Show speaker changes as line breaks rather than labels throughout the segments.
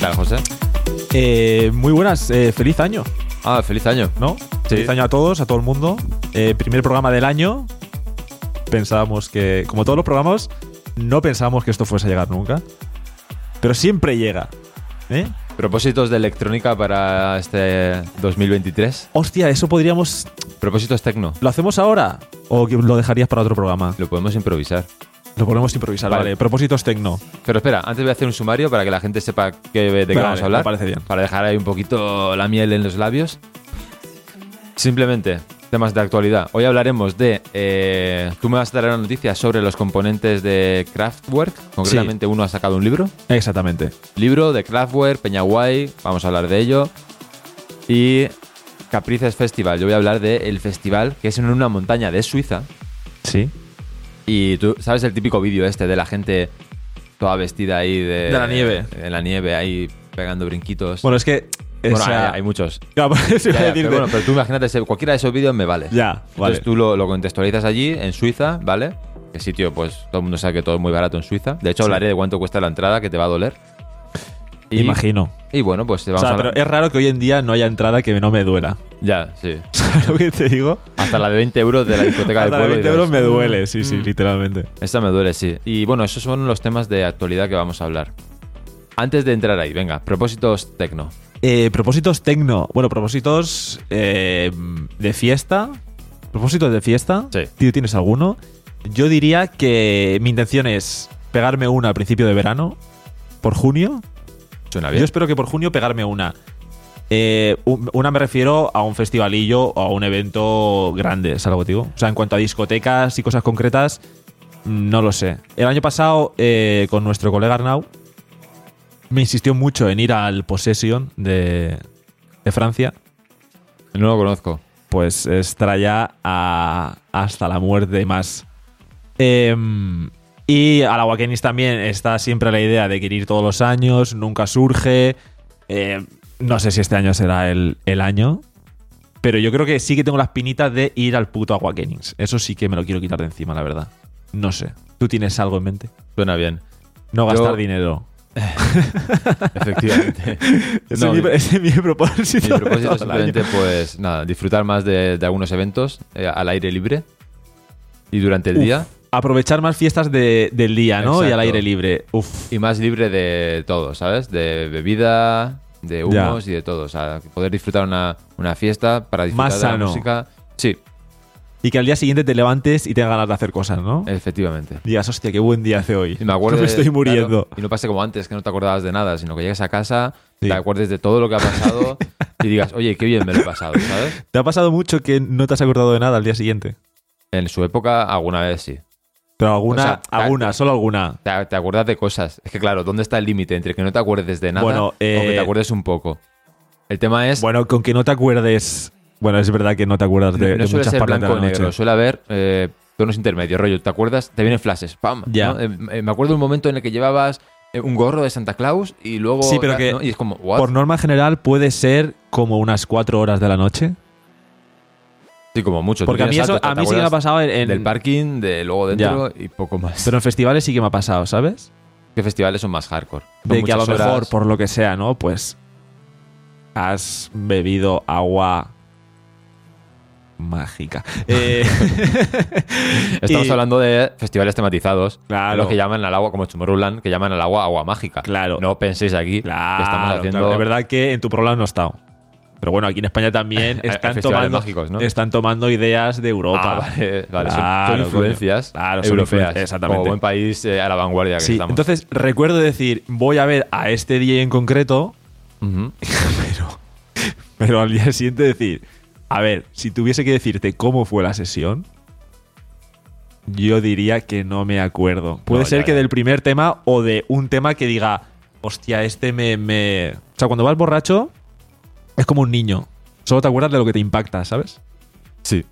tal, José?
Eh, muy buenas, eh, feliz año,
Ah, feliz año.
¿no? Feliz año a todos, a todo el mundo. Eh, primer programa del año. Pensábamos que, como todos los programas, no pensábamos que esto fuese a llegar nunca. Pero siempre llega. ¿eh?
Propósitos de electrónica para este 2023.
Hostia, eso podríamos.
Propósitos tecno.
¿Lo hacemos ahora? ¿O que lo dejarías para otro programa?
Lo podemos improvisar.
Lo podemos improvisar,
Vale.
vale. Propósitos tecno.
Pero espera, antes voy a hacer un sumario para que la gente sepa qué- de qué
Vale,
vamos a hablar.
me parece bien.
Para dejar ahí un poquito la miel en los labios. Simplemente, temas de actualidad. Hoy hablaremos de. eh, tú me vas a dar una noticia sobre los componentes de Kraftwerk. Concretamente, uno ha sacado un libro.
Exactamente.
Libro de Kraftwerk, Peñaguay. Vamos a hablar de ello. Y Caprices Festival. Yo voy a hablar del el festival que es en una montaña de Suiza.
Sí.
Y tú sabes el típico vídeo este de la gente toda vestida ahí de,
De la nieve.
En la nieve, ahí pegando brinquitos.
Bueno, es que. o
Bueno,
sea,
hay, hay muchos.
Ya, eso iba
Ya, ya,
a decirte.
pero, bueno, pero tú imagínate, ese- cualquiera de esos vídeos me vale.
Ya, vale.
Entonces tú lo, lo contextualizas allí, en Suiza, ¿vale? Que sitio, pues todo el mundo sabe que todo es muy barato en Suiza. De hecho,
Sí.
hablaré de cuánto cuesta la entrada, que te va a doler. Y,
Imagino.
Y bueno, pues
O
vamos
sea,
a
pero er- es raro que hoy en día no haya entrada que no me duela.
Ya, sí.
¿Sabes lo que te digo?
Hasta la de 20 euros de la discoteca del
Hasta
pueblo.
20
dices, "Mm,
euros me duele, sí, sí, literalmente.
Esta me duele, sí. Y bueno, esos son los temas de actualidad que vamos a hablar. Antes de entrar ahí, venga, propósitos tecno.
Eh, propósitos tecno. Bueno, propósitos eh, de fiesta. Propósitos de fiesta.
Sí.
Tío, ¿tienes alguno? Yo diría que mi intención es pegarme una al principio de verano, por junio.
Suena
Yo
bien.
espero que por junio pegarme una. Eh, un- una me refiero a un festivalillo o a un evento grande, ¿sabes lo que te digo? O sea, en cuanto a discotecas y cosas concretas, no lo sé. El año pasado, eh, con nuestro colega Arnau, me insistió mucho en ir al Possession de, de Francia.
No lo conozco.
Pues estará ya a- hasta la muerte y más. Em, y a la Wakenis también está siempre la idea de querer ir todos los años, nunca surge. Em, no sé si este año será el, el año, pero yo creo que sí que tengo las pinitas de ir al puto Aguakenings. Eso sí que me lo quiero quitar de encima, la verdad. No sé. ¿Tú tienes algo en mente?
Suena bien.
No gastar
Yo-
dinero.
Efectivamente.
Ese
No,
es mi,
mi-
ese es mi propósito.
Mi
de
propósito es
todo el año.
simplemente, pues nada, disfrutar más de, de algunos eventos eh, al aire libre y durante el
Uf,
día
Aprovechar más fiestas de- del día, ¿no? Y al
Exacto.
aire libre. Uf.
y más libre de todo, ¿sabes? De bebida, de humos
Ya.
y de todo. O sea, poder disfrutar una, una fiesta para disfrutar
Más
de la
sano.
música. Sí,
Y que al día siguiente te levantes y tengas ganas de hacer cosas, ¿no?
efectivamente.
Digas, hostia, qué buen día hace hoy.
Eh. Y me acuerdo.
No me estoy
claro,
muriendo.
y no pase como antes, que no te acordabas de nada, sino que llegues a casa,
Sí.
te acuerdes de todo lo que ha pasado y digas, oye, qué bien me lo he pasado, ¿sabes?
¿Te ha pasado mucho que no te has acordado de nada al día siguiente?
En su época, alguna vez sí.
Pero alguna,
O sea, ta-
alguna, solo alguna.
Te, te acuerdas de cosas. Es que, claro, ¿dónde está el límite entre que no te acuerdes de nada
Bueno, eh,
o que te acuerdes un poco? El tema es.
Bueno, con que no te acuerdes. Bueno, es verdad que no te acuerdas de,
no
de
suele
muchas
ser
partes de
blanco o
la noche.
negro, suele haber eh, tonos intermedios, rollo. ¿Te acuerdas? Te vienen flashes, pam.
Ya.
¿no? Eh, eh, me acuerdo un momento en el que llevabas eh, un gorro de Santa Claus y luego.
Sí, pero
eh,
que
¿no? Y es como, ¿what?
Por norma general puede ser como unas cuatro horas de la noche.
Sí, como mucho. Tú
Porque a mí,
tienes
eso,
altos, ¿te
a mí sí que me ha
acuerdas?
pasado en, en-
del parking, de luego dentro y poco más.
Pero en festivales sí que me ha pasado, ¿sabes?
¿Qué festivales son más hardcore? Son
De que a lo
muchas horas.
mejor, por lo que sea, ¿no? Pues has bebido agua mágica. Eh,
Estamos
y-
hablando de festivales tematizados.
Claro.
Los que llaman al agua, como Chumorulán, que llaman al agua agua mágica.
Claro.
No penséis aquí
Claro,
que estamos haciendo.
claro. Es verdad que en tu programa no he estado. Pero bueno, aquí en España también
Hay
están,
festivales
tomando,
mágicos, ¿no?
están tomando ideas de
Ah,
Europa.
vale, vale, son- son,
Claro,
influencias
coño. Claro, son
europeas.
influen- exactamente.
Como buen país eh, a la vanguardia que
Sí,
estamos.
entonces recuerdo decir, voy a ver a este DJ en concreto,
Ujú.
pero, pero al día siguiente decir, a ver, si tuviese que decirte cómo fue la sesión, yo diría que no me acuerdo. Puede
ya,
ser que
ya.
del primer tema o de un tema que diga, hostia, este me, me... O sea, cuando vas borracho, es como un niño. Solo te acuerdas de lo que te impacta, ¿sabes?
Sí.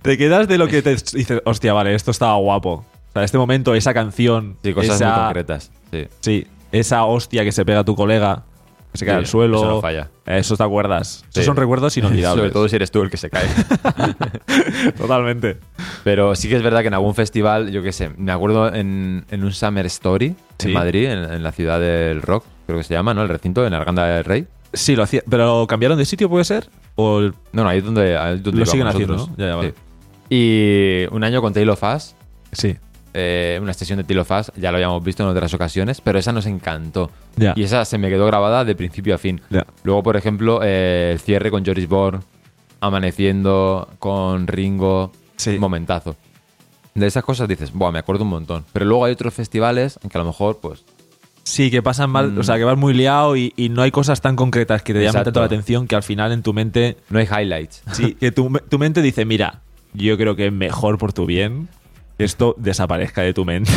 Te quedas de lo que te dices, hostia, vale, esto estaba guapo. O sea, este momento, esa canción,
Sí, cosas
esa,
muy concretas. Sí.
Sí, esa hostia que se pega tu colega. que se cae
Sí,
al suelo.
eso no falla.
Eso te acuerdas.
Sí.
Esos son recuerdos inolvidables.
Sobre todo si eres tú el que se cae.
Totalmente.
Pero sí que es verdad que en algún festival, yo qué sé, me acuerdo en, en un Summer Story
Sí.
en Madrid, en, en la ciudad del rock, creo que se llama, ¿no? El recinto, en Arganda del Rey.
Sí, lo hacía. ¿Pero cambiaron de sitio, puede ser? ¿O el-
No, no, ahí es donde, ahí es donde
Lo
íbamos
siguen haciendo,
nosotros.
¿no? Ya, ya, vale.
Sí. Y un año con Taylor Fass,
Sí.
eh, una sesión de Taylor Fass, ya lo habíamos visto en otras ocasiones, pero esa nos encantó.
Ya.
Y esa se me quedó grabada de principio a fin.
Ya.
Luego, por ejemplo, eh, el cierre con Joris Born, Amaneciendo, con Ringo.
Sí.
Momentazo. De esas cosas dices, Buah, me acuerdo un montón. Pero luego hay otros festivales en que a lo mejor, pues.
Sí, que pasan mal,
Mm.
o sea, que vas muy liado y, y no hay cosas tan concretas que te llaman
Exacto.
tanto la atención que al final en tu mente,
No hay highlights.
sí, que tu, me- tu mente dice, mira, yo creo que es mejor por tu bien que esto desaparezca de tu mente.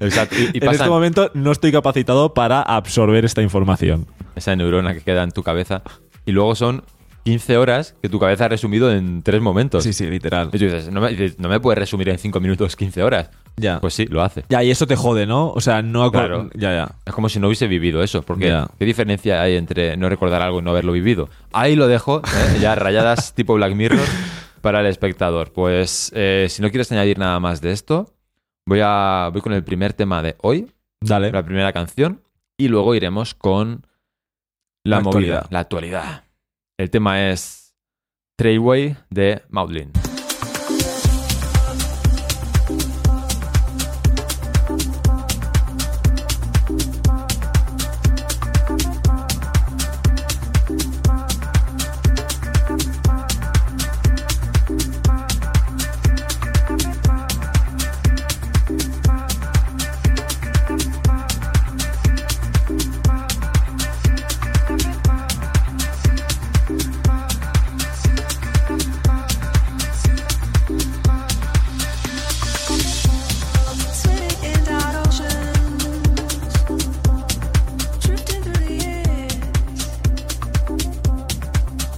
Exacto. Y, y
en este
pasan
momento no estoy capacitado para absorber esta información.
esa neurona que queda en tu cabeza. Y luego son 15 horas que tu cabeza ha resumido en tres momentos.
sí, literal.
Y tú dices, no me, dices, no me puedes resumir en 5 minutos 15 horas.
Ya.
Pues sí, lo hace.
Ya, y eso te jode, ¿no? O sea, no acu-
Claro.
Ya, ya.
Es como si no hubiese vivido eso, porque
Ya.
¿qué diferencia hay entre no recordar algo y no haberlo vivido? Ahí lo dejo, ¿eh? ya rayadas tipo Black Mirror para el espectador. Pues eh, si no quieres añadir nada más de esto, voy, a, voy con el primer tema de hoy,
Dale.
la primera canción, y luego iremos con la,
La
movida,
actualidad.
la actualidad. El tema es Trailway de Maudlin.
Swimming in dark oceans, drifting through the years,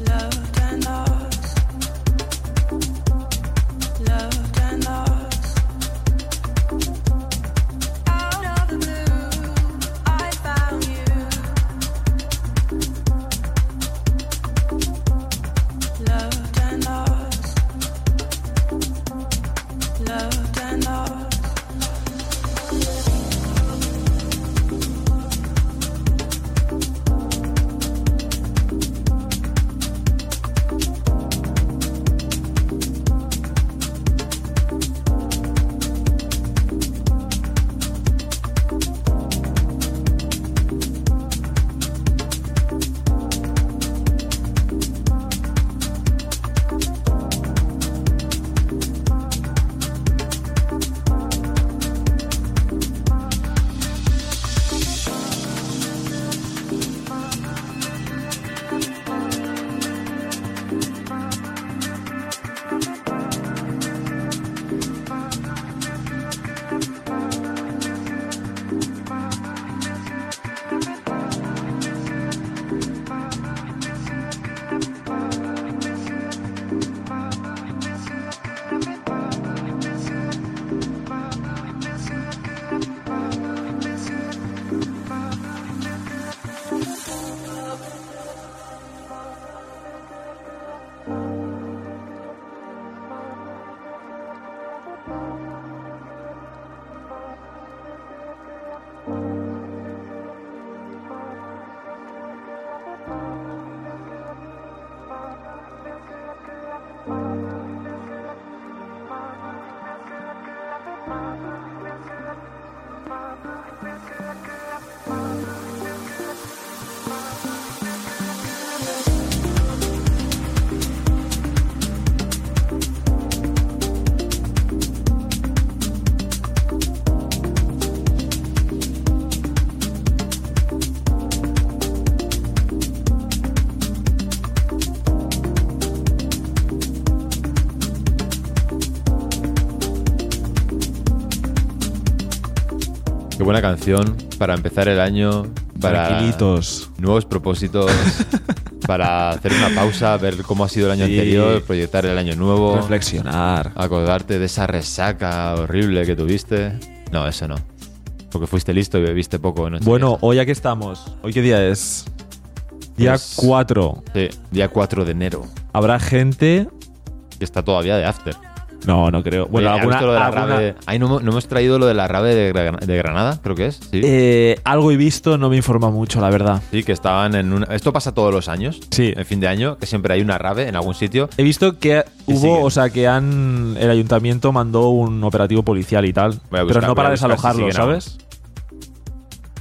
loved and lost, loved and lost. Out of the blue, I found you, loved and lost, loved and lost.
Qué buena canción para empezar el año, para
Tranquilitos.
nuevos propósitos para hacer una pausa, ver cómo ha sido el año
Sí.
anterior, proyectar el año nuevo,
Reflexionar.
acordarte de esa resaca horrible que tuviste. No, eso no. Porque fuiste listo y bebiste poco. en estos
Bueno,
días.
hoy aquí estamos. ¿Hoy qué día es? Día
Es-
4
Sí, día 4 de enero.
habrá gente.
Que está todavía de after.
No, no creo. Bueno,
Eh, ¿has
alguna,
visto lo de la
alguna-
rave? Ay, no, hemos- no hemos traído lo de la rave de, Gra- de Granada, creo que es. Sí.
Eh, algo he visto, no me informa mucho, la verdad.
Sí, que estaban en una... Esto pasa todos los años.
Sí.
En fin de año, que siempre hay una rave en algún sitio.
He visto que
Y sigue.
hubo, o sea, que han el ayuntamiento mandó un operativo policial y tal,
Voy a buscar,
pero
voy a
no
buscar
para
si
desalojarlo,
siguen aún.
¿sabes?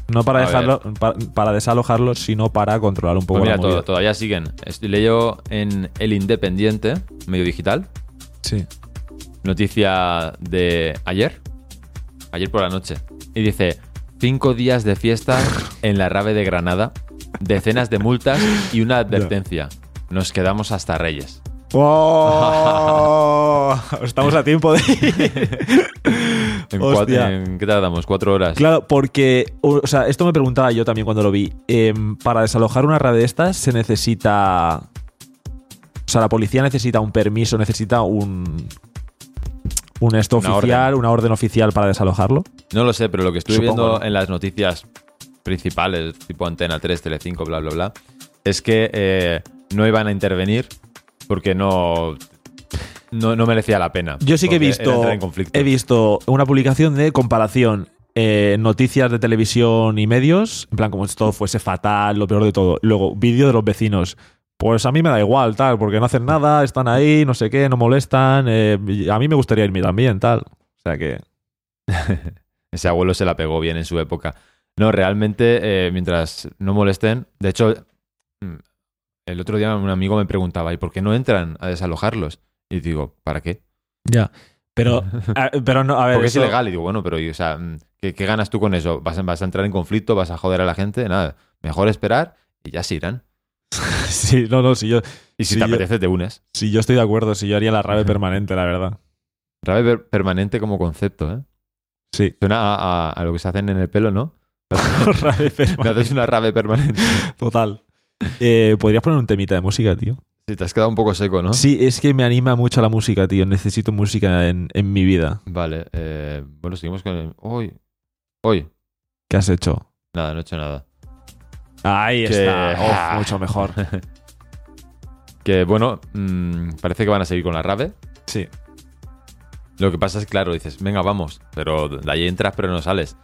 No para
A
dejarlo pa- para, desalojarlo, sino para controlar un poco
Pues mira,
la
to-
movida.
todavía siguen. Estoy leyendo en El Independiente, medio digital,
Sí.
noticia de ayer, ayer por la noche, y dice, cinco días de fiesta en la rave de Granada, decenas de multas y una advertencia. Nos quedamos hasta Reyes.
¡Oh! Estamos a tiempo de
En cua-
Hostia.
en- ¿Qué tardamos? ¿Cuatro horas?
Claro, porque, o o sea, esto me preguntaba yo también cuando lo vi. Em, para desalojar una rave de estas se necesita. O sea, la policía necesita un permiso, necesita un. Un esto
Una
oficial, una orden oficial para desalojarlo.
No lo sé, pero lo que estoy
Supongo,
viendo
¿no?
en las noticias principales, tipo Antena 3, Telecinco, bla, bla, bla, es que eh, no iban a intervenir porque no, no, no merecía la pena.
Yo sí que he
Porque era
visto,
entrar en conflicto.
he visto una publicación de comparación eh, noticias de televisión y medios, en plan como esto fuese fatal, lo peor de todo. Luego, vídeo de los vecinos. Pues a mí me da igual, tal, porque no hacen nada, están ahí, no sé qué, no molestan. eh, y a mí me gustaría irme también, tal. O sea que...
Ese abuelo se la pegó bien en su época. No, realmente, eh, mientras no molesten. De hecho, mm, el otro día un amigo me preguntaba, ¿y por qué no entran a desalojarlos? Y digo, ¿para qué?
Ya. Pero, a- pero no, a ver...
Porque
eso-
es ilegal. Y digo, bueno, pero y, o sea, mm, ¿qué, qué ganas tú con eso? ¿Vas a, vas a entrar en conflicto? ¿Vas a joder a la gente? Nada. Mejor esperar y ya se irán.
Sí, no, no, si yo,
Y si
Sí,
te
yo-
apetece, te unes.
si yo estoy de acuerdo, si yo haría la rave permanente, la verdad.
Rave per- permanente como concepto, ¿eh?
Sí.
Suena a, a- a lo que se hacen en el pelo, ¿no?
Rave
Me
permanente.
haces una rave permanente.
Total. Eh, ¿Podrías poner un temita de música, tío?
Sí, te has quedado un poco seco, ¿no?
Sí, es que me anima mucho la música, tío. Necesito música en, en mi vida.
Vale. eh, bueno, seguimos con el... Hoy. Hoy.
¿Qué has hecho?
Nada, no he hecho nada.
Ahí
Que-
está. Uf, mucho mejor.
Que bueno, mm, parece que van a seguir con la rave.
Sí.
Lo que pasa es, claro, dices, venga, vamos, pero de allí entras pero no sales.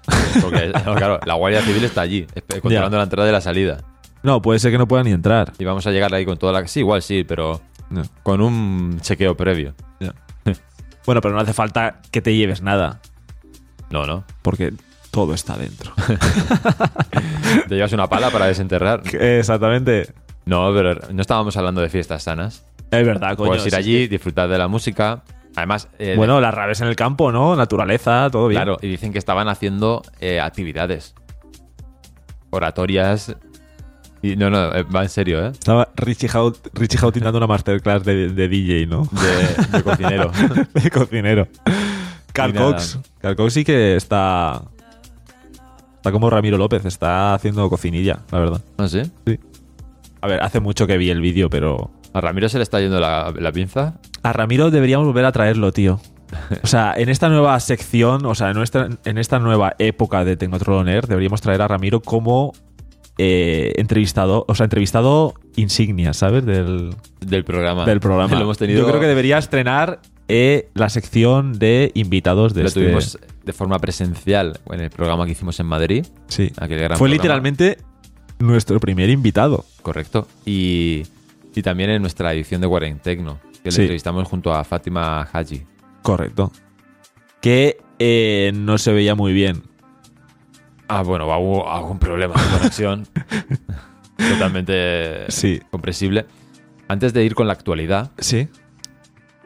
Porque, claro, la Guardia Civil está allí, espe- controlando la entrada y la salida.
No, puede ser que no pueda ni entrar.
Y vamos a llegar ahí con toda la... Sí, igual sí, pero
No.
con un chequeo previo.
Bueno, pero no hace falta que te lleves nada,
No, no.
porque todo está dentro.
Te llevas una pala para desenterrar.
Exactamente.
No, pero no estábamos hablando de fiestas sanas.
Es verdad, coño.
Puedes ir
si
allí,
es
disfrutar de la música. Además, eh,
que- Bueno, las raves en el campo, ¿no? Naturaleza, todo bien.
claro, y dicen que estaban haciendo eh, actividades. Oratorias. Y no, no, eh, va en serio, ¿eh?
Estaba Richie Hout, Richie Houghton dando una masterclass de, de DJ, ¿no?
De, de cocinero.
de cocinero. Carl
Y nada.
Cox. Carl Cox sí que está. Está como Ramiro López, está haciendo cocinilla, la verdad.
¿No sé?
A ver, hace mucho que vi el vídeo, pero.
¿A Ramiro se le está yendo la, la pinza?
A Ramiro deberíamos volver a traerlo, tío. O sea, en esta nueva sección, o sea, en, nuestra- en esta nueva época de Tecnotrol On Air, deberíamos traer a Ramiro como eh, entrevistado, o sea, entrevistado insignia, ¿sabes? Del,
Del programa.
del programa.
Lo hemos tenido.
Yo creo que debería estrenar eh, la sección de invitados de
Lo
este-
tuvimos de forma presencial en el programa que hicimos en Madrid.
Sí.
Aquel gran
Fue
programa.
literalmente nuestro primer invitado.
Correcto. Y, y también en nuestra edición de Guarentecno, que
Sí.
le entrevistamos junto a Fátima Haji.
Correcto. Que eh, no se veía muy bien.
Ah, bueno, hubo algún problema de conexión. Totalmente
Sí.
comprensible. Antes de ir con la actualidad,
Sí.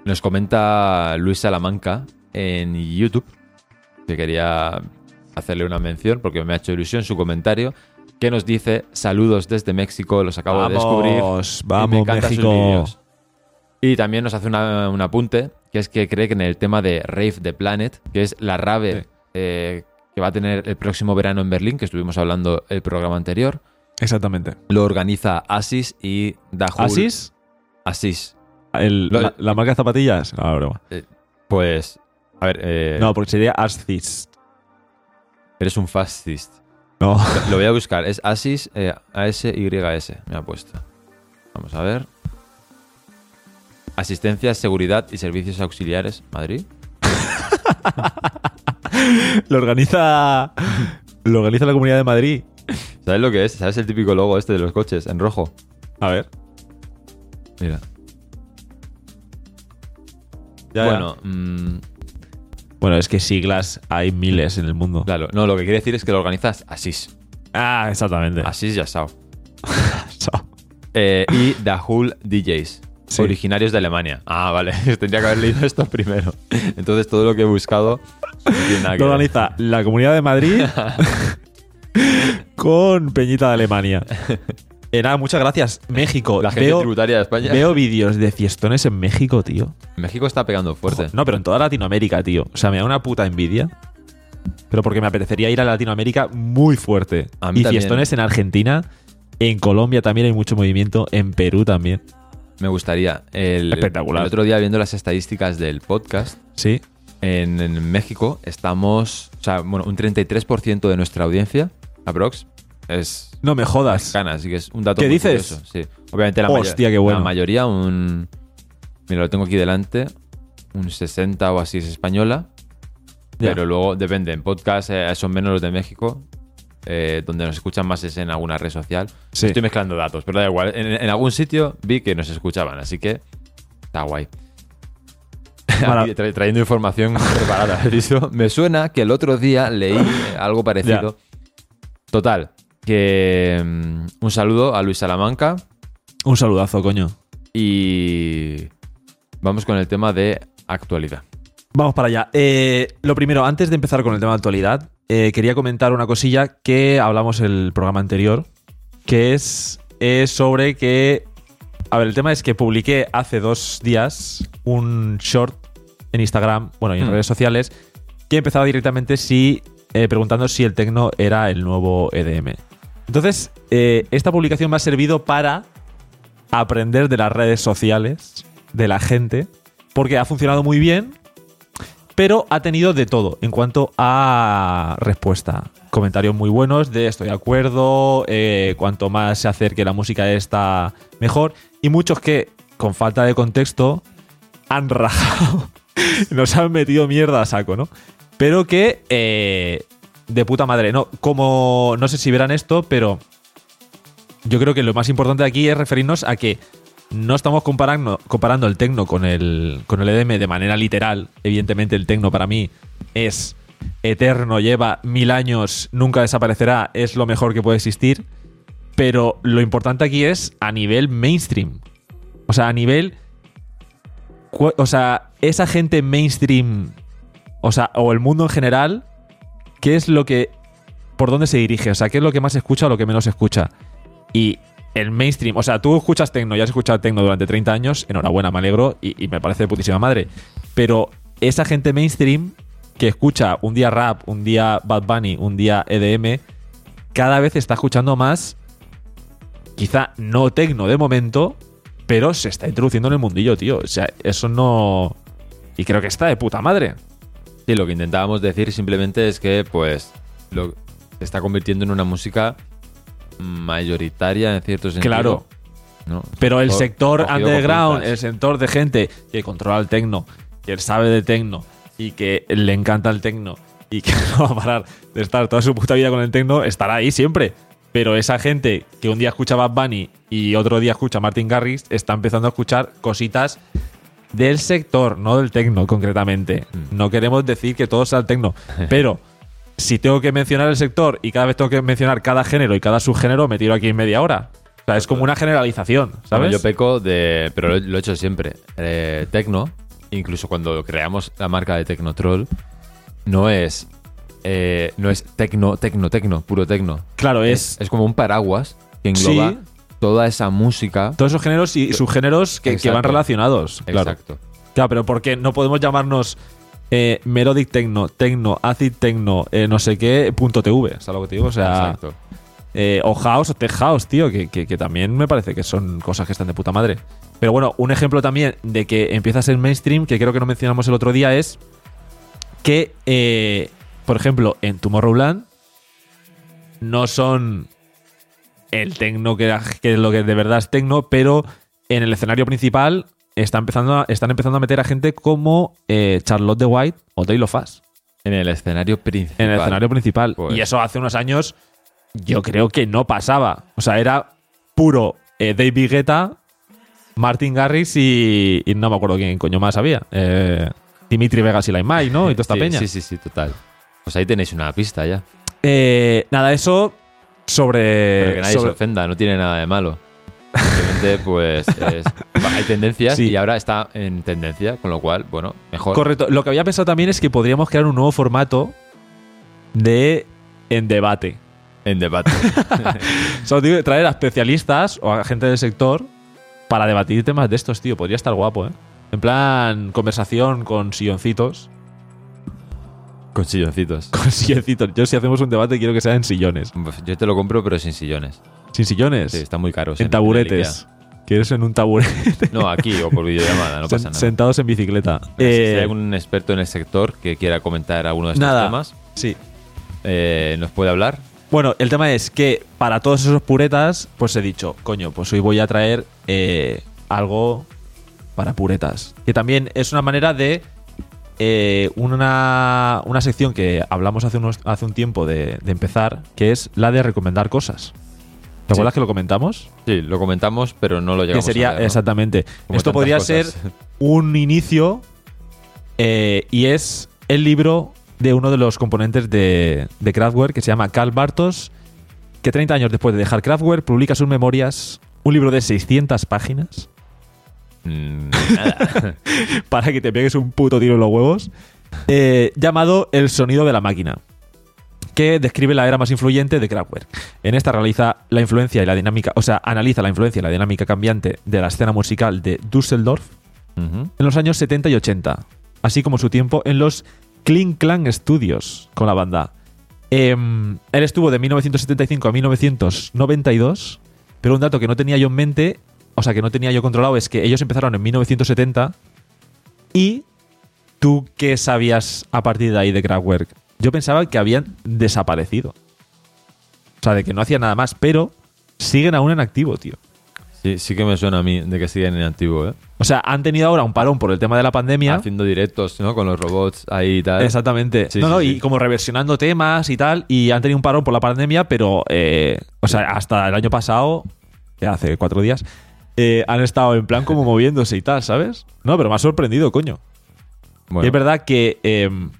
nos comenta Luis Salamanca en YouTube, que quería hacerle una mención porque me ha hecho ilusión su comentario, que nos dice saludos desde México, los acabo de descubrir.
vamos,
Y me
vamos,
encantan sus
México.
vídeos. Y también nos hace una- un apunte, que es que cree que en el tema de Rave the Planet, que es la rave
Sí.
eh, que va a tener el próximo verano en Berlín, que estuvimos hablando el programa anterior,
Exactamente.
lo organiza Asis y Dahul.
¿Asis?
Asis.
El-
Lo-
la, la marca de zapatillas? No, broma.
Pues, a ver, eh,
No, porque sería Ascis.
eres un fascist.
No.
Lo voy a buscar. Es Asis eh, ASYS. Me ha puesto. Vamos a ver. Asistencia, seguridad y servicios auxiliares. Madrid.
Lo organiza. Lo organiza la Comunidad de Madrid.
¿Sabes lo que es? ¿Sabes el típico logo este de los coches? En rojo.
A ver.
Mira.
Ya, ya.
bueno, mm,
Bueno, es que siglas hay miles en el mundo.
claro. No, lo que quería decir es que lo organizas Asis.
Ah, exactamente.
Asis Yassao. Eh, y Dahul DJs.
Sí.
Originarios de Alemania. Ah, vale. Tendría que haber leído esto primero. Entonces todo lo que he buscado no tiene nada que
Lo
ver.
organiza la Comunidad de Madrid con Peñita de Alemania. Eh, nada, muchas gracias. México.
La gente
veo,
tributaria de España.
veo vídeos de fiestones en México, tío.
México está pegando fuerte.
No, pero en toda Latinoamérica, tío. O sea, me da una puta envidia. Pero porque me apetecería ir a Latinoamérica muy fuerte.
A mí
y
también.
fiestones en Argentina. En Colombia también hay mucho movimiento. En Perú también.
Me gustaría. El,
Espectacular.
El otro día viendo las estadísticas del podcast,
Sí.
en, en México estamos, o sea, bueno, un 33% de nuestra audiencia, aprox, es
No me jodas.
mexicana, así que es un dato
¿Qué
muy
dices?
curioso, Sí. Obviamente la, mayo-
Hostia, qué bueno.
la mayoría, un... Mira, lo tengo aquí delante, un 60 o así es española,
Ya.
pero luego depende, en podcast eh, son menos los de México. eh, donde nos escuchan más es en alguna red social.
Sí.
Estoy mezclando datos, pero da igual. En, en algún sitio vi que nos escuchaban, así que está guay.
Mara-
Aquí tra- trayendo información preparada. ¿listo? Me suena que el otro día leí eh, algo parecido. Total, que mm, un saludo a Luis Salamanca
Un saludazo, coño.
y vamos con el tema de actualidad.
Vamos para allá. Eh, lo primero, antes de empezar con el tema de actualidad, eh, quería comentar una cosilla que hablamos en el programa anterior, que es, eh, sobre que... A ver, el tema es que publiqué hace dos días un short en Instagram, bueno, y en
Hmm.
redes sociales, que empezaba directamente si, eh, preguntando si el tecno era el nuevo EDM. Entonces, eh, esta publicación me ha servido para aprender de las redes sociales, de la gente, porque ha funcionado muy bien, pero ha tenido de todo en cuanto a respuesta. Comentarios muy buenos de estoy de acuerdo, eh, cuanto más se acerque la música está mejor, y muchos que, con falta de contexto, han rajado, nos han metido mierda a saco, ¿no? Pero que, eh, de puta madre, no, como, no sé si verán esto, pero yo creo que lo más importante aquí es referirnos a que no estamos comparando, comparando el tecno con el, con el EDM de manera literal. Evidentemente, el tecno para mí es eterno, lleva mil años, nunca desaparecerá, es lo mejor que puede existir. Pero lo importante aquí es a nivel mainstream. O sea, a nivel. cu- O sea, esa gente mainstream. O sea, o el mundo en general. ¿Qué es lo que. ¿Por dónde se dirige? O sea, ¿qué es lo que más escucha o lo que menos escucha? y el mainstream, o sea, tú escuchas tecno y has escuchado tecno durante 30 años, enhorabuena, me alegro y, y me parece de putísima madre. Pero esa gente mainstream que escucha un día rap, un día Bad Bunny, un día EDM, cada vez está escuchando más, quizá no tecno de momento, pero se está introduciendo en el mundillo, tío. O sea, eso no... Y creo que está de puta madre.
Sí, lo que intentábamos decir simplemente es que, pues, lo, se está convirtiendo en una música mayoritaria en cierto sentido.
Claro.
¿no?
Pero el
Co-
sector
cogido con
underground,
pinzas.
el sector de gente que controla el tecno, que sabe de tecno y que le encanta el tecno y que no va a parar de estar toda su puta vida con el tecno, estará ahí siempre. Pero esa gente que un día escucha Bad Bunny y otro día escucha Martin Garrix, está empezando a escuchar cositas del sector, no del tecno concretamente.
Mm.
No queremos decir que todo sea el tecno, pero si tengo que mencionar el sector y cada vez tengo que mencionar cada género y cada subgénero, me tiro aquí en media hora. O sea, es como una generalización, ¿sabes?
Bueno, yo peco de. Pero lo, lo he hecho siempre. Eh, tecno, incluso cuando creamos la marca de Tecnotroll, no es. eh, no es tecno, tecno, tecno, puro tecno.
claro, es,
Es como un paraguas que engloba
Sí.
toda esa música.
todos esos géneros y subgéneros que, que van
Exacto.
relacionados. Claro.
Exacto.
claro, pero porque no podemos llamarnos eh, melodic techno, techno, acid techno, eh, no sé qué, punto TV, ¿sabes lo que te digo? O sea,
exacto.
eh, o house o tech house, tío, que, que- que también me parece que son cosas que están de puta madre. Pero bueno, un ejemplo también de que empieza a ser mainstream, que creo que no mencionamos el otro día, es que, eh, por ejemplo, en Tomorrowland no son el tecno que, era- que es lo que de verdad es tecno, pero en el escenario principal está empezando a- están empezando a meter a gente como eh, Charlotte de White o Taylor Fass
En el escenario principal.
en el escenario principal.
Pues-
Y eso hace unos años yo creo que no pasaba. O sea, era puro eh, David Guetta, Martin Garrix y, y no me acuerdo quién coño más había. Eh, Dimitri Vegas y Laimai, ¿no? Oh, Y toda esta
Este, sí,
peña.
Sí, sí, sí, total. Pues ahí tenéis una pista ya.
Eh, nada, eso
Pero que
sobre...
nadie
sobre-
se ofenda, no tiene nada de malo. Simplemente, pues, es- hay tendencias
Sí.
y ahora está en tendencia, con lo cual, bueno, mejor.
Correcto. Lo que había pensado también es que podríamos crear un nuevo formato de en debate.
en debate.
O sea, tío, traer a especialistas o a gente del sector para debatir temas de estos, tío. Podría estar guapo, ¿eh? En plan, conversación con silloncitos.
con silloncitos.
Con silloncitos. Yo si hacemos un debate quiero que sea en sillones.
Pues Yo te lo compro, pero sin sillones.
Sin sillones.
Sí, están muy caros.
en taburetes. Quieres en un taburete.
Ikea. No, aquí o por videollamada, no
sen-
pasa nada.
Sentados en bicicleta.
si
Eh,
hay algún experto en el sector que quiera comentar alguno de estos
nada.
temas,
Sí.
eh, nos puede hablar.
Bueno, el tema es que para todos esos puretas, pues he dicho, coño, pues hoy voy a traer eh, algo para puretas. Que también es una manera de eh, una, una sección que hablamos hace, unos, hace un tiempo de, de empezar, que es la de recomendar cosas. ¿Te acuerdas que lo comentamos?
Sí, lo comentamos, pero no lo
Que
llegamos
sería,
a ver, ¿no?
exactamente.
Como
Esto
tantas
podría
cosas.
ser un inicio eh, y es el libro de uno de los componentes de, de Kraftwerk que se llama Karl Bartos, que 30 años después de dejar Kraftwerk publica sus memorias, un libro de 600 páginas,
Mm, nada.
para que te pegues un puto tiro en los huevos, eh, llamado El sonido de la máquina, que describe la era más influyente de Kraftwerk. En esta realiza la influencia y la dinámica, o sea, analiza la influencia y la dinámica cambiante de la escena musical de Düsseldorf
Ujú.
en los años 70 y 80, así como su tiempo en los Kling Clan Studios con la banda. Em, él estuvo de 1975 a 1992, pero un dato que no tenía yo en mente, o sea, que no tenía yo controlado, es que ellos empezaron en 1970 y tú qué sabías a partir de ahí de Kraftwerk. Yo pensaba que habían desaparecido. O sea, de que no hacían nada más, pero siguen aún en activo, tío.
Sí, sí que me suena a mí de que siguen en activo, ¿eh?
O sea, han tenido ahora un parón por el tema de la pandemia.
Haciendo directos, ¿no? Con los robots ahí y tal.
Exactamente.
Sí,
no,
sí,
no,
sí.
y como reversionando temas y tal, y han tenido un parón por la pandemia, pero, eh, o sea, hasta el año pasado, ya hace cuatro días, eh, han estado en plan como moviéndose y tal, ¿sabes? No, pero me ha sorprendido, coño.
Bueno,
Y es verdad que em,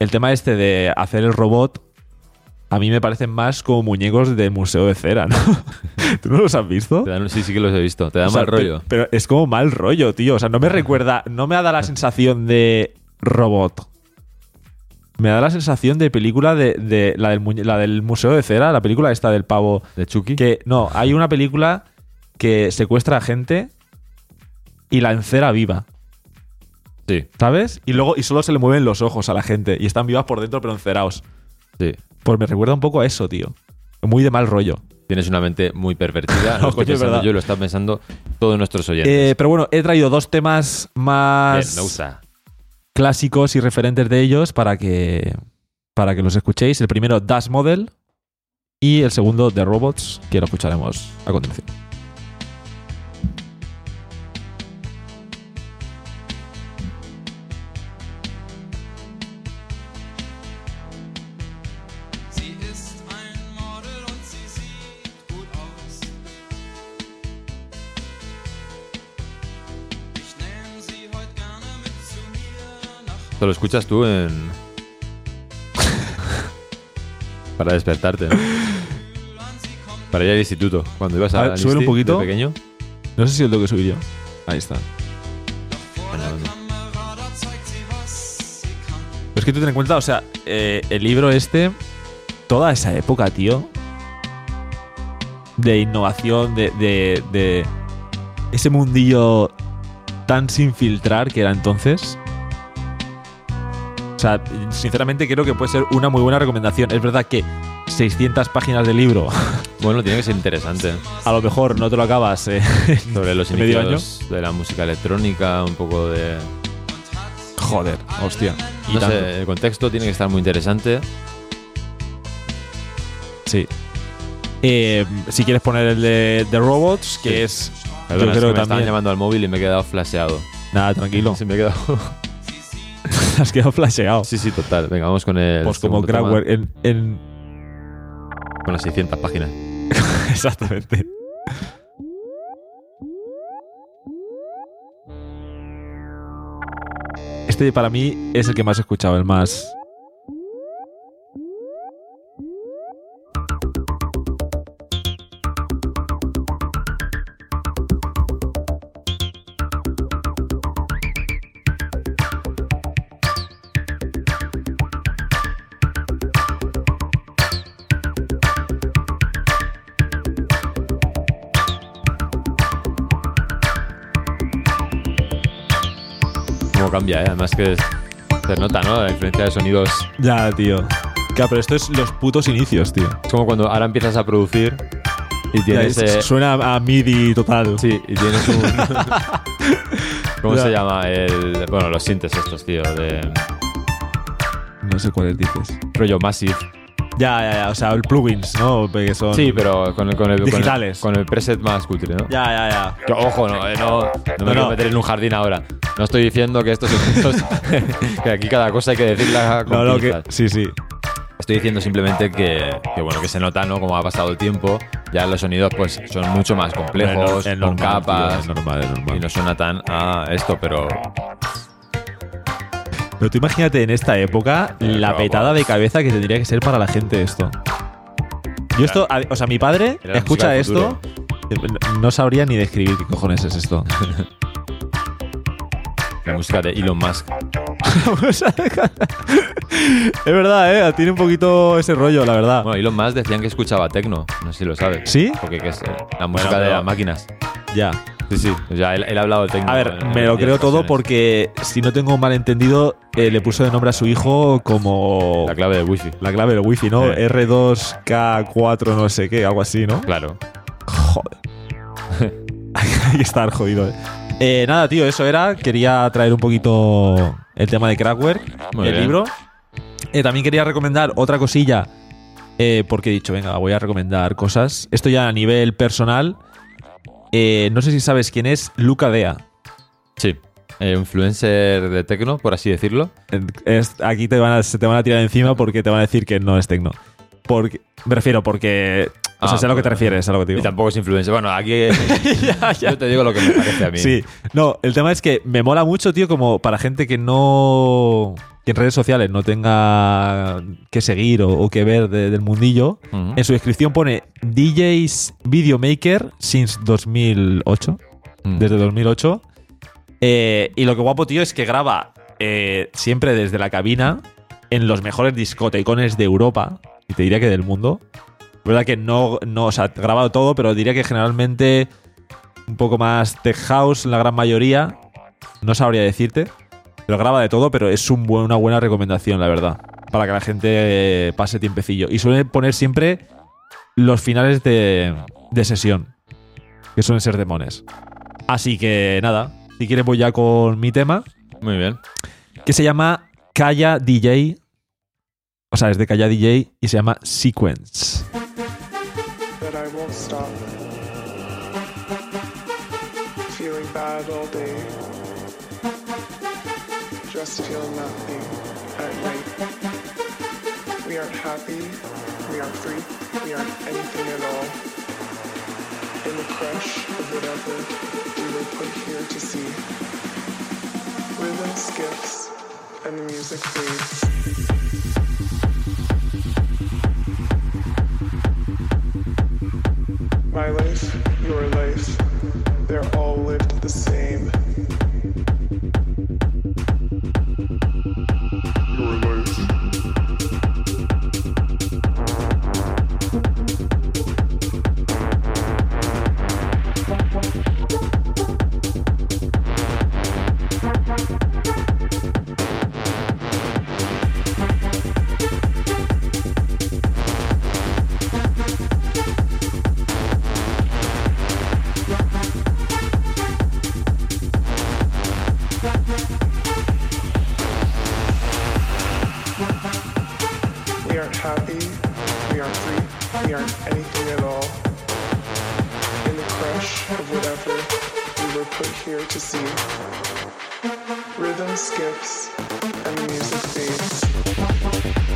el tema este de hacer el robot, a mí me parecen más como muñecos de museo de cera, ¿no? ¿Tú no los has visto?
te dan- sí, sí que los he visto. Te da
O sea,
mal
pe-
rollo.
Pero, es como mal rollo, tío. O sea, no me recuerda, no me ha dado la sensación de robot. Me da la sensación de película de, de- la, del muñe- la del Museo de Cera, la película esta del pavo.
¿De Chucky?
Que no, hay una película que secuestra a gente y la encera viva,
Sí,
¿sabes? Y luego y solo se le mueven los ojos a la gente y están vivas por dentro pero enceraos.
sí.
Pues me recuerda un poco a eso, tío. Muy de mal rollo.
Tienes una mente muy pervertida.
No,
lo estoy
coño, es
pensando
verdad.
yo, lo están pensando todos nuestros oyentes.
Eh, pero bueno, he traído dos temas
pues. Bien,
más.
me gusta.
clásicos y referentes de ellos para que, para que los escuchéis. El primero, Dash Model. Y el segundo, The Robots, que lo escucharemos a continuación.
Sie ist ein Model und sie sieht gut aus. Ich nehme sie heute gerne mit zu mir nach
Te lo escuchas tú en. Para despertarte. ¿no? Para ir al instituto. Cuando ibas
A
a
ver, súbele un poquito.
pequeño.
No sé si os tengo que subir yo. Ahí está.
vor der Kamera, da zeigt sie, was sie kann.
Pero es que tú ten en cuenta, o sea, eh, el libro este, toda esa época, tío, de innovación, de, de, de ese mundillo tan sin filtrar que era entonces. O sea, sinceramente creo que puede ser una muy buena recomendación. Es verdad que 600 páginas de libro,
Bueno, tiene que ser interesante.
a lo mejor no te lo acabas. eh.
Sobre los
¿En medio
inicios de la música electrónica, un poco de.
Joder, hostia.
No
tanto.
sé, el contexto tiene que estar muy interesante.
Sí. Eh, si quieres poner el de, de Robots, que
Sí.
es.
Perdona,
yo
es que
creo
me estaban
también.
llamando al móvil y me he quedado flasheado.
Nada, tranquilo.
Se me he quedado.
Has quedado flasheado.
sí, sí, total. Venga, vamos con el.
pues como
segundo tema,
Kraftwerk en, en-
Con las 600 páginas.
Exactamente. Este para mí es el que más he escuchado, el más.
Cómo cambia, ¿eh? Además que es- se nota, ¿no? La influencia de sonidos.
Ya, tío. Claro, pero esto es los putos inicios, tío.
Es como cuando ahora empiezas a producir y tienes.
Ya, es-
eh,
Suena a MIDI total.
sí, y tienes un. ¿Cómo
Ya.
se llama? El, bueno, los sintes estos, tío. De
No sé cuáles dices.
rollo Massive.
Ya, ya, ya. O sea, el plugins, ¿no? Que son.
Sí, pero con el. Con el con el-
Digitales.
Con el, preset más cutre, ¿no?
Ya, ya, ya.
Que, ojo, no, eh, no, no me quiero
no.
meter en un jardín ahora. No estoy diciendo que estos efectos. que aquí cada cosa hay que decirla con
No, no, que.
pinzas.
Sí, sí.
Estoy diciendo simplemente que, que, bueno, que se nota, ¿no? Como ha pasado el tiempo, ya los sonidos pues son mucho más complejos,
Es
con
normal,
capas,
tío, es normal, es normal.
y no suena tan a esto, pero
Pero tú imagínate en esta época la
pero
petada de cabeza que tendría que ser para la gente esto. Yo esto, a- o sea, mi padre
Era la música
escucha
del
esto, eh, no sabría ni describir qué cojones es esto.
la música de Elon Musk.
es verdad, eh, tiene un poquito ese rollo, la verdad.
Bueno, Elon Musk decían que escuchaba tecno, no sé si lo sabes.
¿Sí?
Porque que es eh, la música de
pero-
las máquinas.
Ya.
Sí, sí. O sea, él, él ha hablado de tecno.
A ver,
en-
me
en
lo
diez
creo todo
ocasiones.
porque si no tengo un malentendido, eh, le puso de nombre a su hijo como
La clave de wifi.
la clave del wifi, ¿no?
Sí.
R2K4 no sé qué, algo así, ¿no?
Claro.
Joder. Hay que estar jodido, eh. Eh, nada, tío, eso era. Quería traer un poquito el tema de Kraftwerk,
Muy
el
bien.
libro. Eh, también quería recomendar otra cosilla, eh, porque he dicho, venga, voy a recomendar cosas. Esto ya a nivel personal. Eh, no sé si sabes quién es Luca Dea.
Sí. Eh, influencer de tecno, por así decirlo.
Eh, Es- aquí te van, a, se te van a tirar encima porque te van a decir que no es tecno. Porque, me refiero, porque. O sea,
Ah,
sé a lo que te
bueno.
refieres, a lo que te
Y
digo.
tampoco es influencer. Bueno, aquí
Ya, ya.
yo te digo lo que me parece a mí.
Sí, no, el tema es que me mola mucho, tío, como para gente que no. que en redes sociales no tenga que seguir o, o que ver de- del mundillo.
Ujú.
En su descripción pone DJs Videomaker since 2008,
Mm.
desde 2008. Eh, y lo que guapo, tío, es que graba eh, siempre desde la cabina en los mejores discotecones de Europa y te diría que del mundo. verdad que no, no, o sea, grabado todo, pero diría que generalmente un poco más tech house, la gran mayoría. No sabría decirte. Pero graba de todo, pero es un buen- una buena recomendación, la verdad. Para que la gente eh, pase tiempecillo. Y suele poner siempre los finales de, de sesión. Que suelen ser demones. Así que nada. Si quieres voy ya con mi tema.
Muy bien.
Que se llama Calla DJ. O sea, es de Calla DJ y se llama Sequence.
that I won't stop. Feeling bad all day. Just feel nothing at night. We aren't happy. We aren't free. We aren't anything at all. In the crush of whatever we were put here to see. Rhythm skips and the music fades. My life, your life, they're all lived the same. Your life. we aren't anything at all. In the crush of whatever we were put here to see. Rhythm skips and the music fades.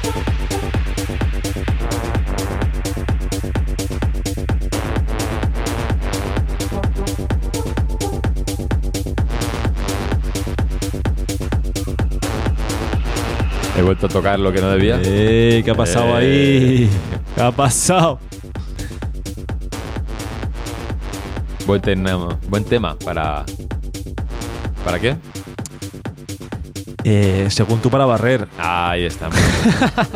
He vuelto a tocar lo que no debía.
¡Ey! Eh, ¿Qué ha pasado
Eh.
ahí? ¿Qué ha pasado?
Buen, tema- buen tema para. ¿Para qué?
Eh, según tú, para barrer.
Ahí estamos.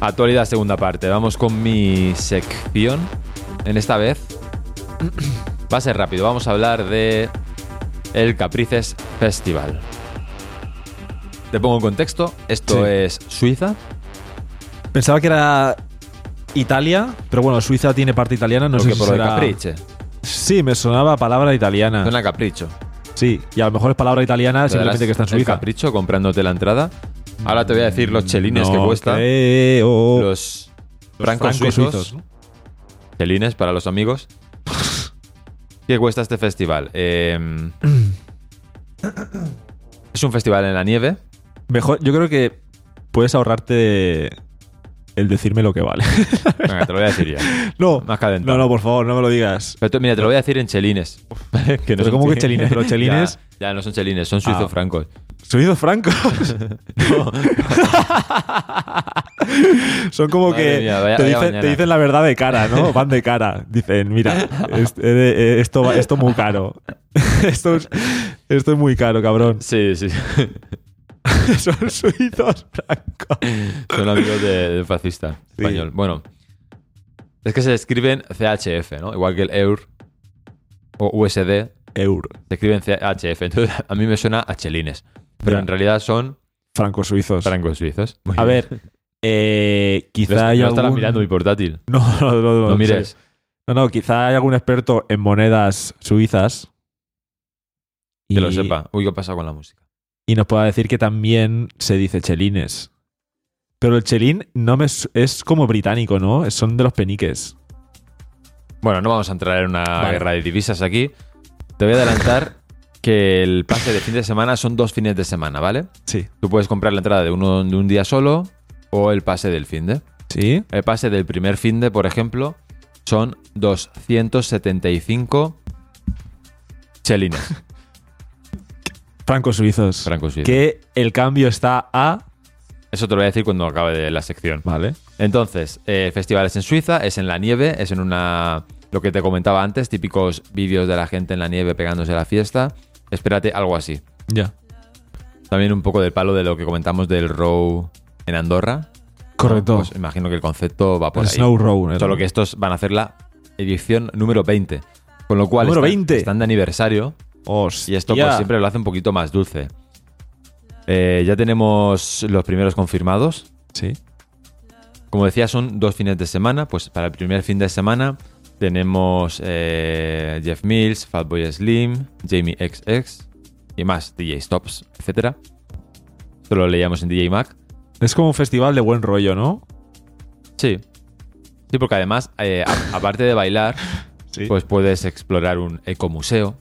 Actualidad, segunda parte. Vamos con mi sección. En esta vez va a ser rápido. Vamos a hablar de el Caprices Festival. Te pongo en contexto. Esto
Sí.
es Suiza.
Pensaba que era Italia, pero bueno, Suiza tiene parte italiana, no
lo
sé
que
si
por lo de
será- Ah.
Caprice.
Sí, me sonaba palabra italiana.
Suena a capricho.
Sí, y a lo mejor es palabra italiana
Te darás
simplemente que está en
el
Suiza.
capricho comprándote la entrada. Ahora te voy a decir los chelines que
No
cuesta.
creo.
Los,
Los
francos
francos
suizos.
suizos, ¿no?
Celines para los amigos. ¿Qué cuesta este festival? Eh, es un festival en la nieve.
Mejor, yo creo que puedes ahorrarte el decirme lo que vale.
Venga, te lo voy a decir ya.
no,
Más calentado.
no, no, por favor, no me lo digas.
Pero tú- mira, te lo voy a decir en chelines. ¿vale? que
Pero
son
¿cómo que chelines? Pero chelines-
Ya, ya no son chelines, son suizos
Ah.
francos.
Suizos francos. Son como
Madre
que
mía, vaya-
te,
vaya
dicen,
mañana.
te dicen la verdad de cara, ¿no? Van de cara. Dicen, mira, es- eh, eh, esto, va- esto muy caro. Esto es, esto es muy caro, cabrón.
Sí, sí.
Son suizos francos.
Son amigos de- del fascista
Sí.
español. Bueno, es que se escriben CHF, ¿no? Igual que el EUR o USD,
Euro.
se escriben CHF. Entonces, a mí me suena a chelines. Pero
Ya. Pues,
en realidad son
Francos suizos.
francos suizos. Muy
A
bien.
ver, eh,
No,
quizá
no
hay
estarás
algún...
mirando mi portátil.
No, no, no, no,
No,
en
mires.
serio. No, no, quizá hay algún experto en monedas suizas.
Que
Y-
lo sepa. Uy, ¿qué pasa con la música?
y nos pueda decir que también se dice chelines. Pero el chelín no me su- es como británico, ¿no? Son de los peniques.
Bueno, no vamos a entrar en una
Vale.
guerra de divisas aquí. Te voy a adelantar que el pase de fin de semana son dos fines de semana, ¿vale?
Sí.
Tú puedes comprar la entrada de, uno, de un día solo o el pase del fin de.
¿Sí?
El pase del primer fin de, por ejemplo, son 275 chelines
Francos suizos.
francos suizos.
Que el cambio está a.
Eso te lo voy a decir cuando acabe de la sección.
Vale.
Entonces, eh, festivales en Suiza, es en la nieve, es en una. Lo que te comentaba antes, típicos vídeos de la gente en la nieve pegándose a la fiesta. Espérate, algo así.
Ya.
También un poco del palo de lo que comentamos del row en Andorra.
Correcto.
Pues imagino que el concepto va por
El
ahí.
Snow Row. ¿no?
Solo que estos van a hacer la edición número 20. Con lo cual,
Número
están,
20.
están de aniversario
Hostia.
y esto pues, siempre lo hace un poquito más dulce. Eh, ya tenemos los primeros confirmados.
Sí.
Como decía, son dos fines de semana. Pues para el primer fin de semana tenemos eh, Jeff Mills, Fatboy Slim, Jamie XX y más, DJ Stops, etc. Esto lo leíamos en DJ Mac.
Es como un festival de buen rollo, ¿no?
Sí. Sí, porque además, eh, a- aparte de bailar,
Sí.
pues puedes explorar un ecomuseo.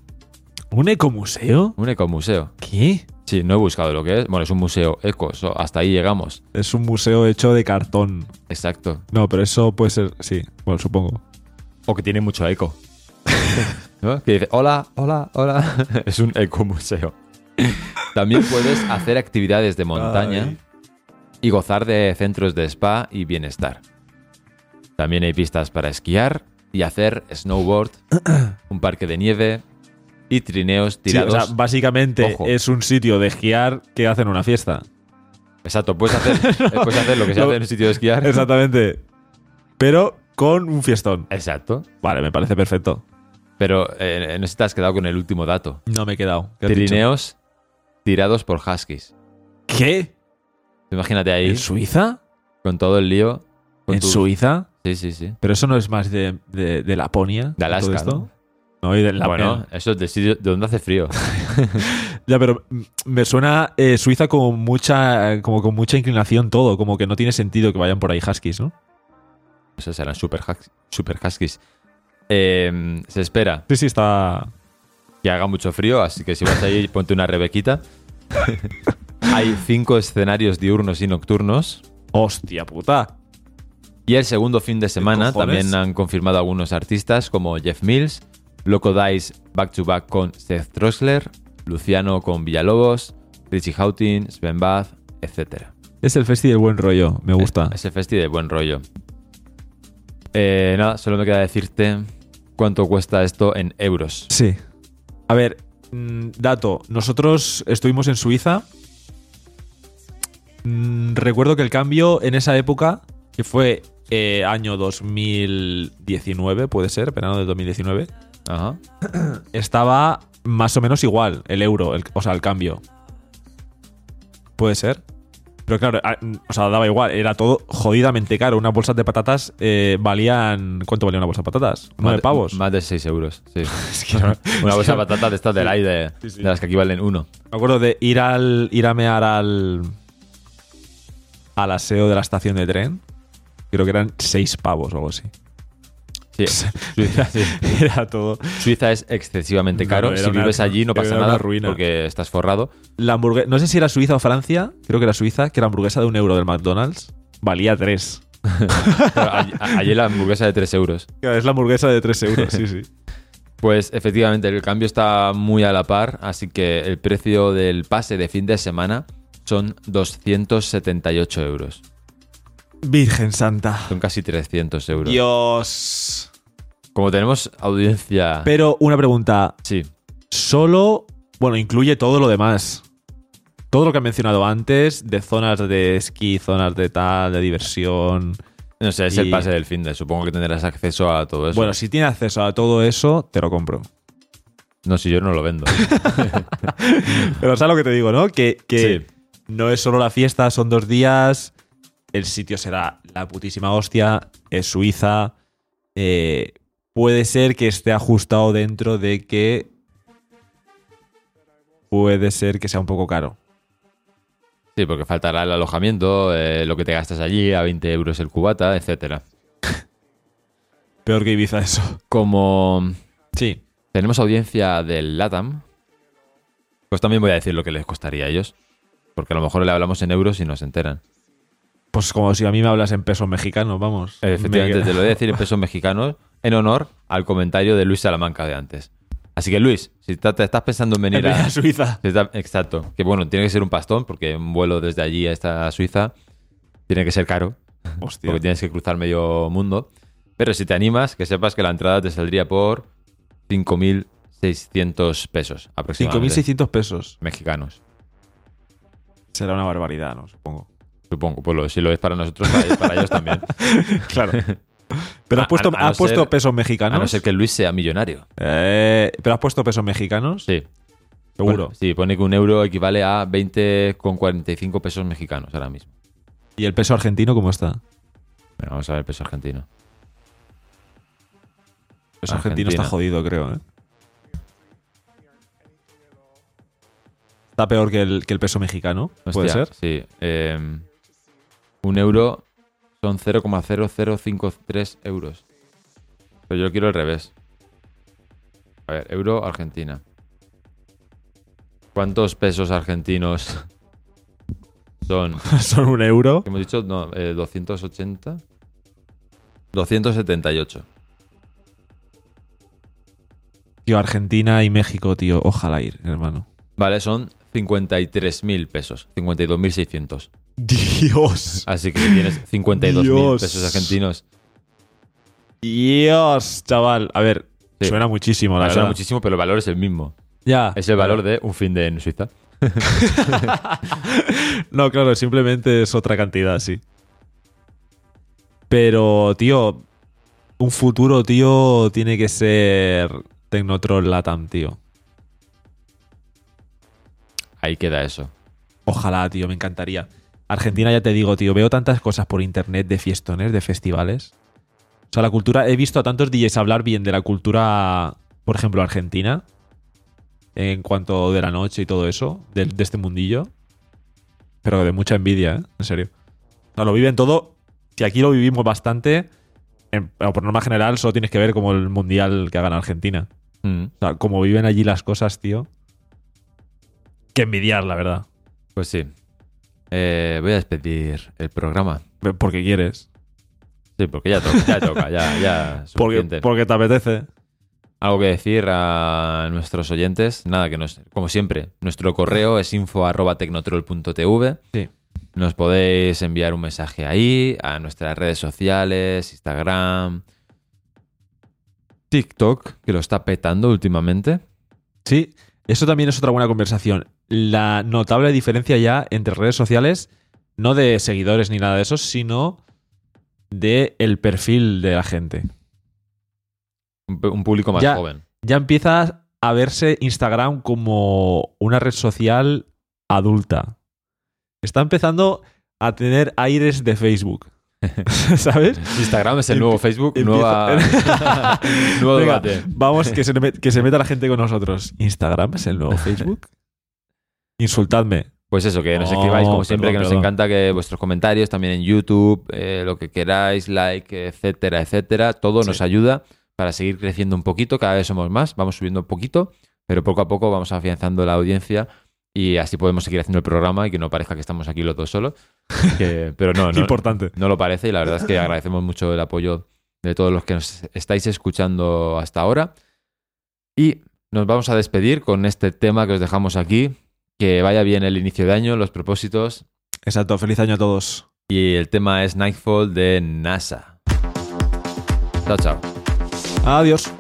¿Un ecomuseo?
Un ecomuseo.
¿Qué?
Sí, no he buscado lo que es. Bueno, es un museo eco. so- hasta ahí llegamos.
Es un museo hecho de cartón.
Exacto.
No, pero eso puede ser. Sí. Bueno, supongo.
O que tiene mucho eco. ¿No? Que dice, hola, hola, hola. es un ecomuseo. También puedes hacer actividades de montaña
Ay.
y gozar de centros de spa y bienestar. También hay pistas para esquiar y hacer snowboard, un parque de nieve y trineos
Sí, o
tirados.
sea, básicamente
Ojo.
es un sitio de esquiar que hacen una fiesta.
Exacto, puedes hacer, eh, puedes hacer lo que se
No.
hace en un sitio de esquiar.
Exactamente. Pero con un fiestón.
Exacto.
Vale, me parece perfecto.
Pero eh, no sé si te has quedado con el último dato.
No me he quedado. ¿Qué has
Trineos tirados por huskies.
dicho? ¿Qué?
Imagínate ahí.
¿En Suiza?
con todo el lío. con
¿En
tu-
Suiza?
Sí, sí, sí.
Pero eso no es más de, de, de Laponia.
De Alaska,
todo esto? No, y de la
bueno, eso es del sitio de donde hace frío.
Ya, pero mm, me suena eh, Suiza con mucha, eh, como con mucha inclinación todo, como que no tiene sentido que vayan por ahí huskies, ¿no?
Esos pues serán super, hus- super huskies. Eh, se espera
Sí, sí, está.
que haga mucho frío, así que si vas ahí, ponte una rebequita. Hay cinco escenarios diurnos y nocturnos.
Hostia puta.
Y el segundo fin de semana
cojones?
también han confirmado algunos artistas como Jeff Mills, Loco Dice back to back con Seth Trosler, Luciano con Villalobos, Richie Houghton, Sven Bath, etc.
Es el festi del buen rollo, me gusta.
Ese festi de buen rollo. Eh, nada, solo me queda decirte cuánto cuesta esto en euros.
Sí. A ver, mm, dato. Nosotros estuvimos en Suiza. Mm, Recuerdo que el cambio en esa época, que fue eh, año 2019, puede ser, verano de 2019,
Ajá.
estaba más o menos igual el euro, el- o sea, el cambio. Puede ser. Pero claro, a- o sea, daba igual, era todo jodidamente caro. Unas bolsas de patatas eh, valían. ¿Cuánto valía una bolsa de patatas?
Más
¿Nueve
de-
pavos?
Más de 6 euros, sí.
no-
Una bolsa de patatas de estas del aire, de,
Sí, sí.
E, de las que aquí valen uno.
Me acuerdo de ir al. ir a mear al. al aseo de la estación de tren. Creo que eran seis pavos o algo así.
Sí. Suiza, sí.
Era todo.
Suiza es excesivamente
No,
caro.
era
si
una-
vives allí no pasa
era una
nada
ruina.
porque estás forrado.
La hamburguesa. No sé si era Suiza o Francia. Creo que era Suiza, que la hamburguesa de un euro del McDonald's valía tres.
Pero allí, a- allí la hamburguesa de 3 euros.
Es la hamburguesa de tres euros, sí, sí.
Pues efectivamente, el cambio está muy a la par, así que el precio del pase de fin de semana son 278 euros.
Virgen Santa.
Son casi 300 euros.
Dios.
Como tenemos audiencia...
Pero una pregunta.
sí.
Solo. Bueno, incluye todo lo demás. Todo lo que he mencionado antes, de zonas de esquí, zonas de tal, de diversión.
No sé, es
Y-
el pase del fin de. Supongo que tendrás acceso a todo eso.
Bueno, si tiene acceso a todo eso, te lo compro.
no, si yo no lo vendo.
Pero sabes lo que te digo, ¿no? Que, que
Sí.
no es solo la fiesta, son dos días. El sitio será la putísima hostia. Es Suiza. eh, puede ser que esté ajustado dentro de que. Puede ser que sea un poco caro.
Sí, porque faltará el alojamiento, eh, lo que te gastas allí, a 20 euros el cubata, etcétera.
Peor que Ibiza, eso.
Como
Sí.
tenemos audiencia del LATAM, pues también voy a decir lo que les costaría a ellos. Porque a lo mejor le hablamos en euros y no se enteran.
Pues como si a mí me hablas en pesos mexicanos, vamos.
Efectivamente,
Me-
te lo voy a decir en pesos mexicanos en honor al comentario de Luis Salamanca de antes. Así que Luis, si ta- te estás pensando en venir
Venir
a,
a Suiza.
Sí, está- Exacto. Que bueno, tiene que ser un pastón, porque un vuelo desde allí hasta Suiza tiene que ser caro,
Hostia.
porque tienes que cruzar medio mundo. Pero si te animas, que sepas que la entrada te saldría por 5.600 pesos aproximadamente.
5.600 pesos.
mexicanos,
Será una barbaridad, ¿no? Supongo.
supongo. Pues lo- si lo es para nosotros, para, para ellos también.
Claro. Pero
A-
has puesto,
a- a no
has puesto
ser-
pesos mexicanos.
A no ser que Luis sea millonario.
Eh, pero has puesto pesos mexicanos.
Sí.
Seguro.
Pone- sí, pone que un euro equivale a 20,45 pesos mexicanos ahora mismo.
¿Y el peso argentino cómo está?
Bueno, vamos a ver el peso argentino.
El peso argentino
Argentina.
está jodido, creo. ¿eh? Está peor que el, que el peso mexicano. ¿Puede
Hostia,
ser?
Sí. eh, un euro son 0,0053 euros. Pero yo quiero el revés. A ver, euro Argentina. ¿Cuántos pesos argentinos son?
Son un euro.
¿Qué Hemos dicho no, eh, 280. 278.
Tío, Argentina y México, tío. Ojalá ir, hermano.
Vale, son 53.000 pesos. 52.600.
Dios.
Así que si tienes 52.000
Dios.
pesos argentinos.
Dios, chaval. A ver,
Sí.
suena muchísimo, la
Ah, Suena
verdad.
muchísimo, pero el valor es el mismo.
Ya.
Es el valor de un fin de en Suiza.
No, claro, simplemente es otra cantidad, sí. Pero, tío, un futuro, tío, tiene que ser Tecnotrol Latam, tío.
Ahí queda eso.
Ojalá, tío, me encantaría. Argentina, ya te digo, tío, veo tantas cosas por internet de fiestones, de festivales. O sea, la cultura, he visto a tantos DJs hablar bien de la cultura, por ejemplo, argentina. en cuanto de la noche y todo eso, de, de este mundillo. Pero de mucha envidia, ¿eh? En serio. No, lo viven todo, que aquí lo vivimos bastante. en- bueno, por norma general, solo tienes que ver como el mundial que hagan Argentina.
Mm.
O sea, como viven allí las cosas, tío. Que envidiar, la verdad.
Pues sí. Eh, voy a despedir el programa.
Porque quieres.
Sí, porque ya toca, ya toca, ya, ya. es
Porque,
suficiente.
porque te apetece.
Algo que decir a nuestros oyentes, nada que nos, como siempre, nuestro correo es info@tecnotrol.tv.
Sí.
Nos podéis enviar un mensaje ahí, a nuestras redes sociales, Instagram, TikTok, que lo está petando últimamente.
Sí, eso también es otra buena conversación. La notable diferencia ya entre redes sociales, no de seguidores ni nada de eso, sino de el perfil de la gente.
Un, un público más
Ya.
joven.
Ya empieza a verse Instagram como una red social adulta. Está empezando a tener aires de Facebook. ¿Sabes?
Instagram es el
Empie-
nuevo Facebook,
empieza-
nueva, nuevo
Venga,
debate.
vamos, que se, me- que se meta la gente con nosotros. Instagram es el nuevo Facebook. Insultadme.
Pues eso, que nos
No,
escribáis como siempre,
Oh, perdón,
que nos
perdón.
encanta que vuestros comentarios también en YouTube, eh, lo que queráis, like, etcétera, etcétera. Todo nos
Sí.
ayuda para seguir creciendo un poquito. Cada vez somos más, vamos subiendo un poquito, pero poco a poco vamos afianzando la audiencia y así podemos seguir haciendo el programa y que no parezca que estamos aquí los dos solos. Que- pero no, no,
Importante.
no lo parece y la verdad es que agradecemos mucho el apoyo de todos los que nos estáis escuchando hasta ahora. Y nos vamos a despedir con este tema que os dejamos aquí. Que vaya bien el inicio de año, los propósitos.
Exacto, feliz año a todos.
Y el tema es Nightfall de NASA. Chao, chao.
Adiós.